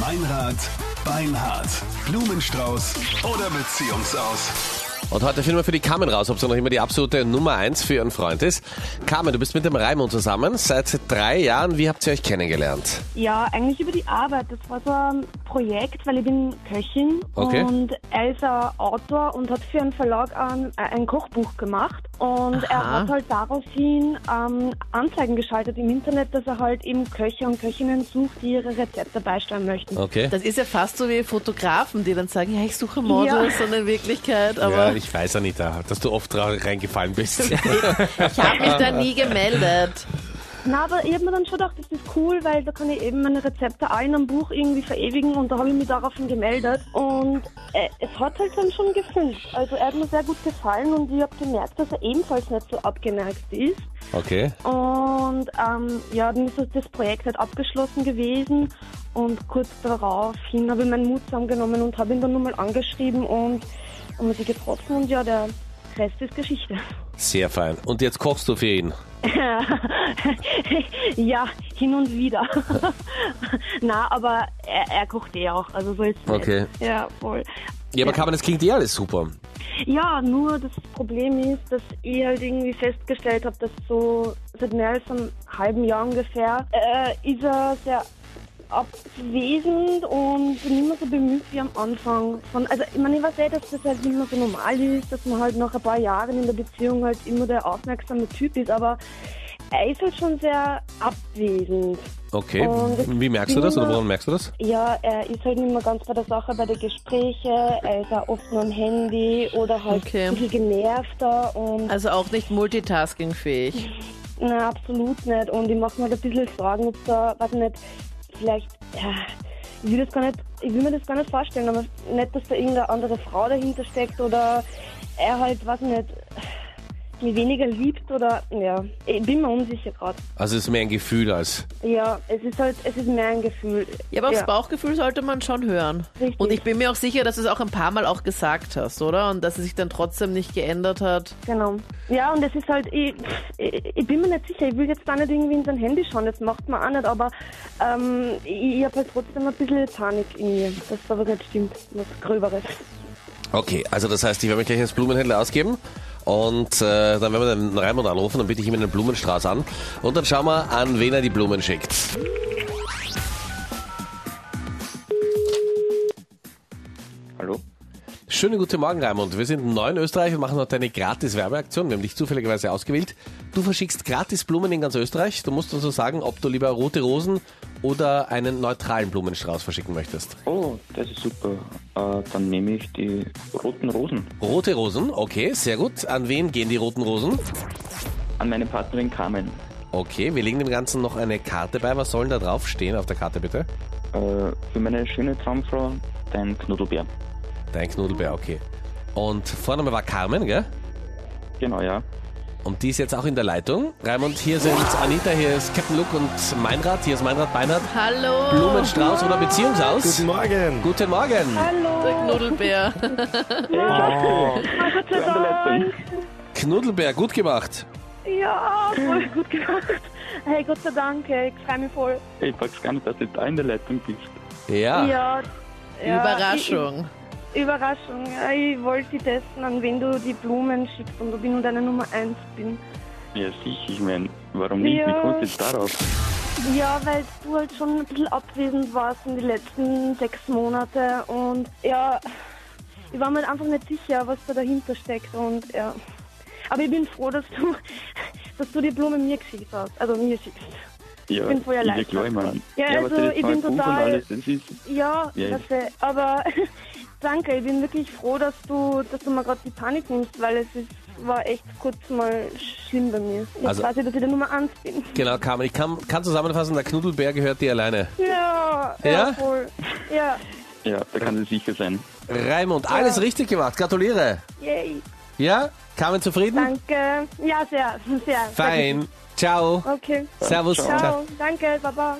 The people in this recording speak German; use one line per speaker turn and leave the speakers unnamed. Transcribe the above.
Meinrad, Beinhard, Blumenstrauß oder Beziehungsaus.
Und heute finden wir für die Carmen raus, ob sie noch immer die absolute Nummer eins für ihren Freund ist. Carmen, du bist mit dem Raimund zusammen seit drei Jahren. Wie habt ihr euch kennengelernt?
Ja, eigentlich über die Arbeit. Das war so ein Projekt, weil ich bin Köchin
Okay.
und er ist ein Autor und hat für einen Verlag ein, ein Kochbuch gemacht. Und er
Aha.
hat halt daraufhin ähm, Anzeigen geschaltet im Internet, dass er halt eben Köche und Köchinnen sucht, die ihre Rezepte beisteuern möchten.
Okay.
Das ist ja fast so wie Fotografen, die dann sagen, ja, ich suche Models,
Ja.
sondern in Wirklichkeit,
Ja,
aber
ich weiß, Anita, dass du oft ra- reingefallen bist.
ich habe mich da nie gemeldet.
Na, aber ich habe mir dann schon gedacht, das ist cool, weil da kann ich eben meine Rezepte alle in einem Buch irgendwie verewigen und da habe ich mich daraufhin gemeldet. Und äh, es hat halt dann schon gefüllt. Also er hat mir sehr gut gefallen und ich habe gemerkt, dass er ebenfalls nicht so abgeneigt ist.
Okay.
Und ähm, ja, dann ist das Projekt halt abgeschlossen gewesen und kurz daraufhin habe ich meinen Mut zusammengenommen und habe ihn dann nochmal angeschrieben und haben wir sie getroffen und ja, der Rest ist Geschichte.
Sehr fein. Und jetzt kochst du für ihn.
ja, hin und wieder. Na, aber er, er kocht eh auch, also so ist es.
Okay.
Ja, voll.
Ja, aber Carmen, das klingt eh alles super.
Ja, nur das Problem ist, dass ich halt irgendwie festgestellt habe, dass so seit mehr als einem halben Jahr ungefähr äh, ist er sehr abwesend und nicht mehr so bemüht wie am Anfang. Von, also ich meine, ich weiß eh, dass das halt nicht mehr so normal ist, dass man halt nach ein paar Jahren in der Beziehung halt immer der aufmerksame Typ ist, aber er ist halt schon sehr abwesend.
Okay.
Und ich
Wie merkst du das
bin
oder
immer-
woran merkst du das?
Ja, er ist halt nicht mehr ganz bei der Sache, bei den Gesprächen. Er ist auch oft nur am Handy oder halt
Okay.
ein bisschen genervter und
Also auch nicht multitaskingfähig.
na absolut nicht. Und ich mache mir halt ein bisschen Fragen, ob da, weiß nicht, vielleicht, ja, ich will, das gar nicht, ich will mir das gar nicht vorstellen, aber nicht, dass da irgendeine andere Frau dahinter steckt oder er halt, weiß nicht, mich weniger liebt oder, ja, ich bin mir unsicher gerade.
Also es ist mehr ein Gefühl als.
Ja, es ist halt, es ist mehr ein Gefühl.
Ja, aber aufs Bauchgefühl sollte man schon hören.
Richtig.
Und ich bin mir auch sicher, dass du es auch ein paar Mal auch gesagt hast, oder? Und dass es sich dann trotzdem nicht geändert hat.
Genau. Ja, und es ist halt, ich, ich, ich bin mir nicht sicher, ich will jetzt da nicht irgendwie in sein Handy schauen, das macht man auch nicht, aber ähm, ich, ich habe halt trotzdem ein bisschen Panik in mir, dass da was nicht stimmt, was Gröberes.
Okay, also das heißt, ich werde mich gleich als Blumenhändler ausgeben. Und äh, dann werden wir den Raimund anrufen, dann biete ich ihm einen Blumenstrauß an. Und dann schauen wir an, wen er die Blumen schickt.
Hallo?
Schönen guten Morgen, Raimund. Wir sind neu in Österreich und machen heute eine gratis Werbeaktion. Wir haben dich zufälligerweise ausgewählt. Du verschickst gratis Blumen in ganz Österreich. Du musst uns so sagen, ob du lieber rote Rosen oder einen neutralen Blumenstrauß verschicken möchtest.
Oh, das ist super. Äh, dann nehme ich die roten Rosen
Rote Rosen, okay, sehr gut. An wen gehen die roten Rosen?
an meine Partnerin Carmen.
Okay, wir legen dem Ganzen noch eine Karte bei. Was soll denn da draufstehen auf der Karte bitte?
Äh, für meine schöne Traumfrau dein Knuddelbär.
Dein Knuddelbär, okay. Und Vorname war Carmen, gell?
Genau, ja.
Und die ist jetzt auch in der Leitung. Raimund, hier sind Anita, hier ist Captain Luke und Meinrad. Hier ist Meinrad Beinhardt.
Hallo,
Blumenstrauß oder Beziehungsaus.
Guten Morgen.
Guten Morgen.
Hallo!
Knuddelbär.
Gott sei Dank!
Knuddelbär, gut gemacht.
Ja, voll gut gemacht. Hey, Gott sei Dank, ey, ich freue mich voll.
Ich pack's gar nicht, dass du da in der Leitung bist.
Ja.
Ja, ja,
Überraschung.
Ich, ich, Überraschung. Ja, ich wollte dich testen, an wen du die Blumen schickst und ob ich nur deine Nummer 1 bin.
Ja, sicher, ich mein, warum nicht? Wie
Ja.
kommst du jetzt darauf?
Ja, weil du halt schon ein bisschen abwesend warst in den letzten sechs Monate und ja, ich war mir halt einfach nicht sicher, was da dahinter steckt und ja. Aber ich bin froh, dass du, dass du die Blume mir geschickt hast, also mir schickst.
Ja,
bin voll allein.
klar, ich mein.
Ja,
was
also,
dir das
ich
neue
bin
Buch und
total-
Alles, das ist,
Ja,
Ja,
das,
ich-
äh, aber danke, ich bin wirklich froh, dass du, dass du mir gerade die Panik nimmst, weil es ist, war echt kurz mal schlimm bei mir. Jetzt
Also-
weiß ich, dass ich der Nummer 1 bin.
Genau, Carmen. Ich kann, kann zusammenfassen, der Knuddelbär gehört dir alleine.
Ja,
Ja?
ja, voll. Ja,
ja, da kann sie sicher sein.
Raimund, alles richtig gemacht. Gratuliere.
yay,
Ja? Carmen zufrieden?
danke. Ja, sehr, sehr.
Fein. Ciao.
Okay.
Servus.
Ciao.
Ciao. Danke. Baba.